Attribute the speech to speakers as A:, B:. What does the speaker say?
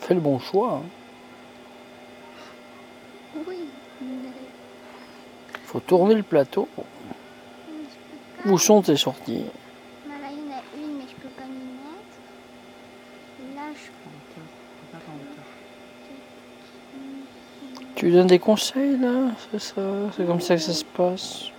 A: Fais le bon choix. hein.
B: Oui, mais
A: Faut tourner le plateau.
B: mais je peux pas.
A: Où sont tes sorties
B: Bah là, il y en a une, mais je peux pas m'y mettre. Là, je
C: En hauteur. Faut pas en hauteur.
A: Tu donnes des conseils là C'est ça C'est comme ça que ça se passe